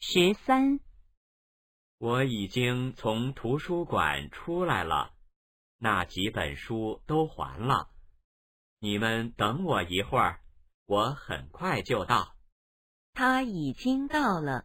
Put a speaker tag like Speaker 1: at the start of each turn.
Speaker 1: 十三，
Speaker 2: 我已经从图书馆出来了，那几本书都还了。你们等我一会儿，我很快就到。
Speaker 1: 他已经到了。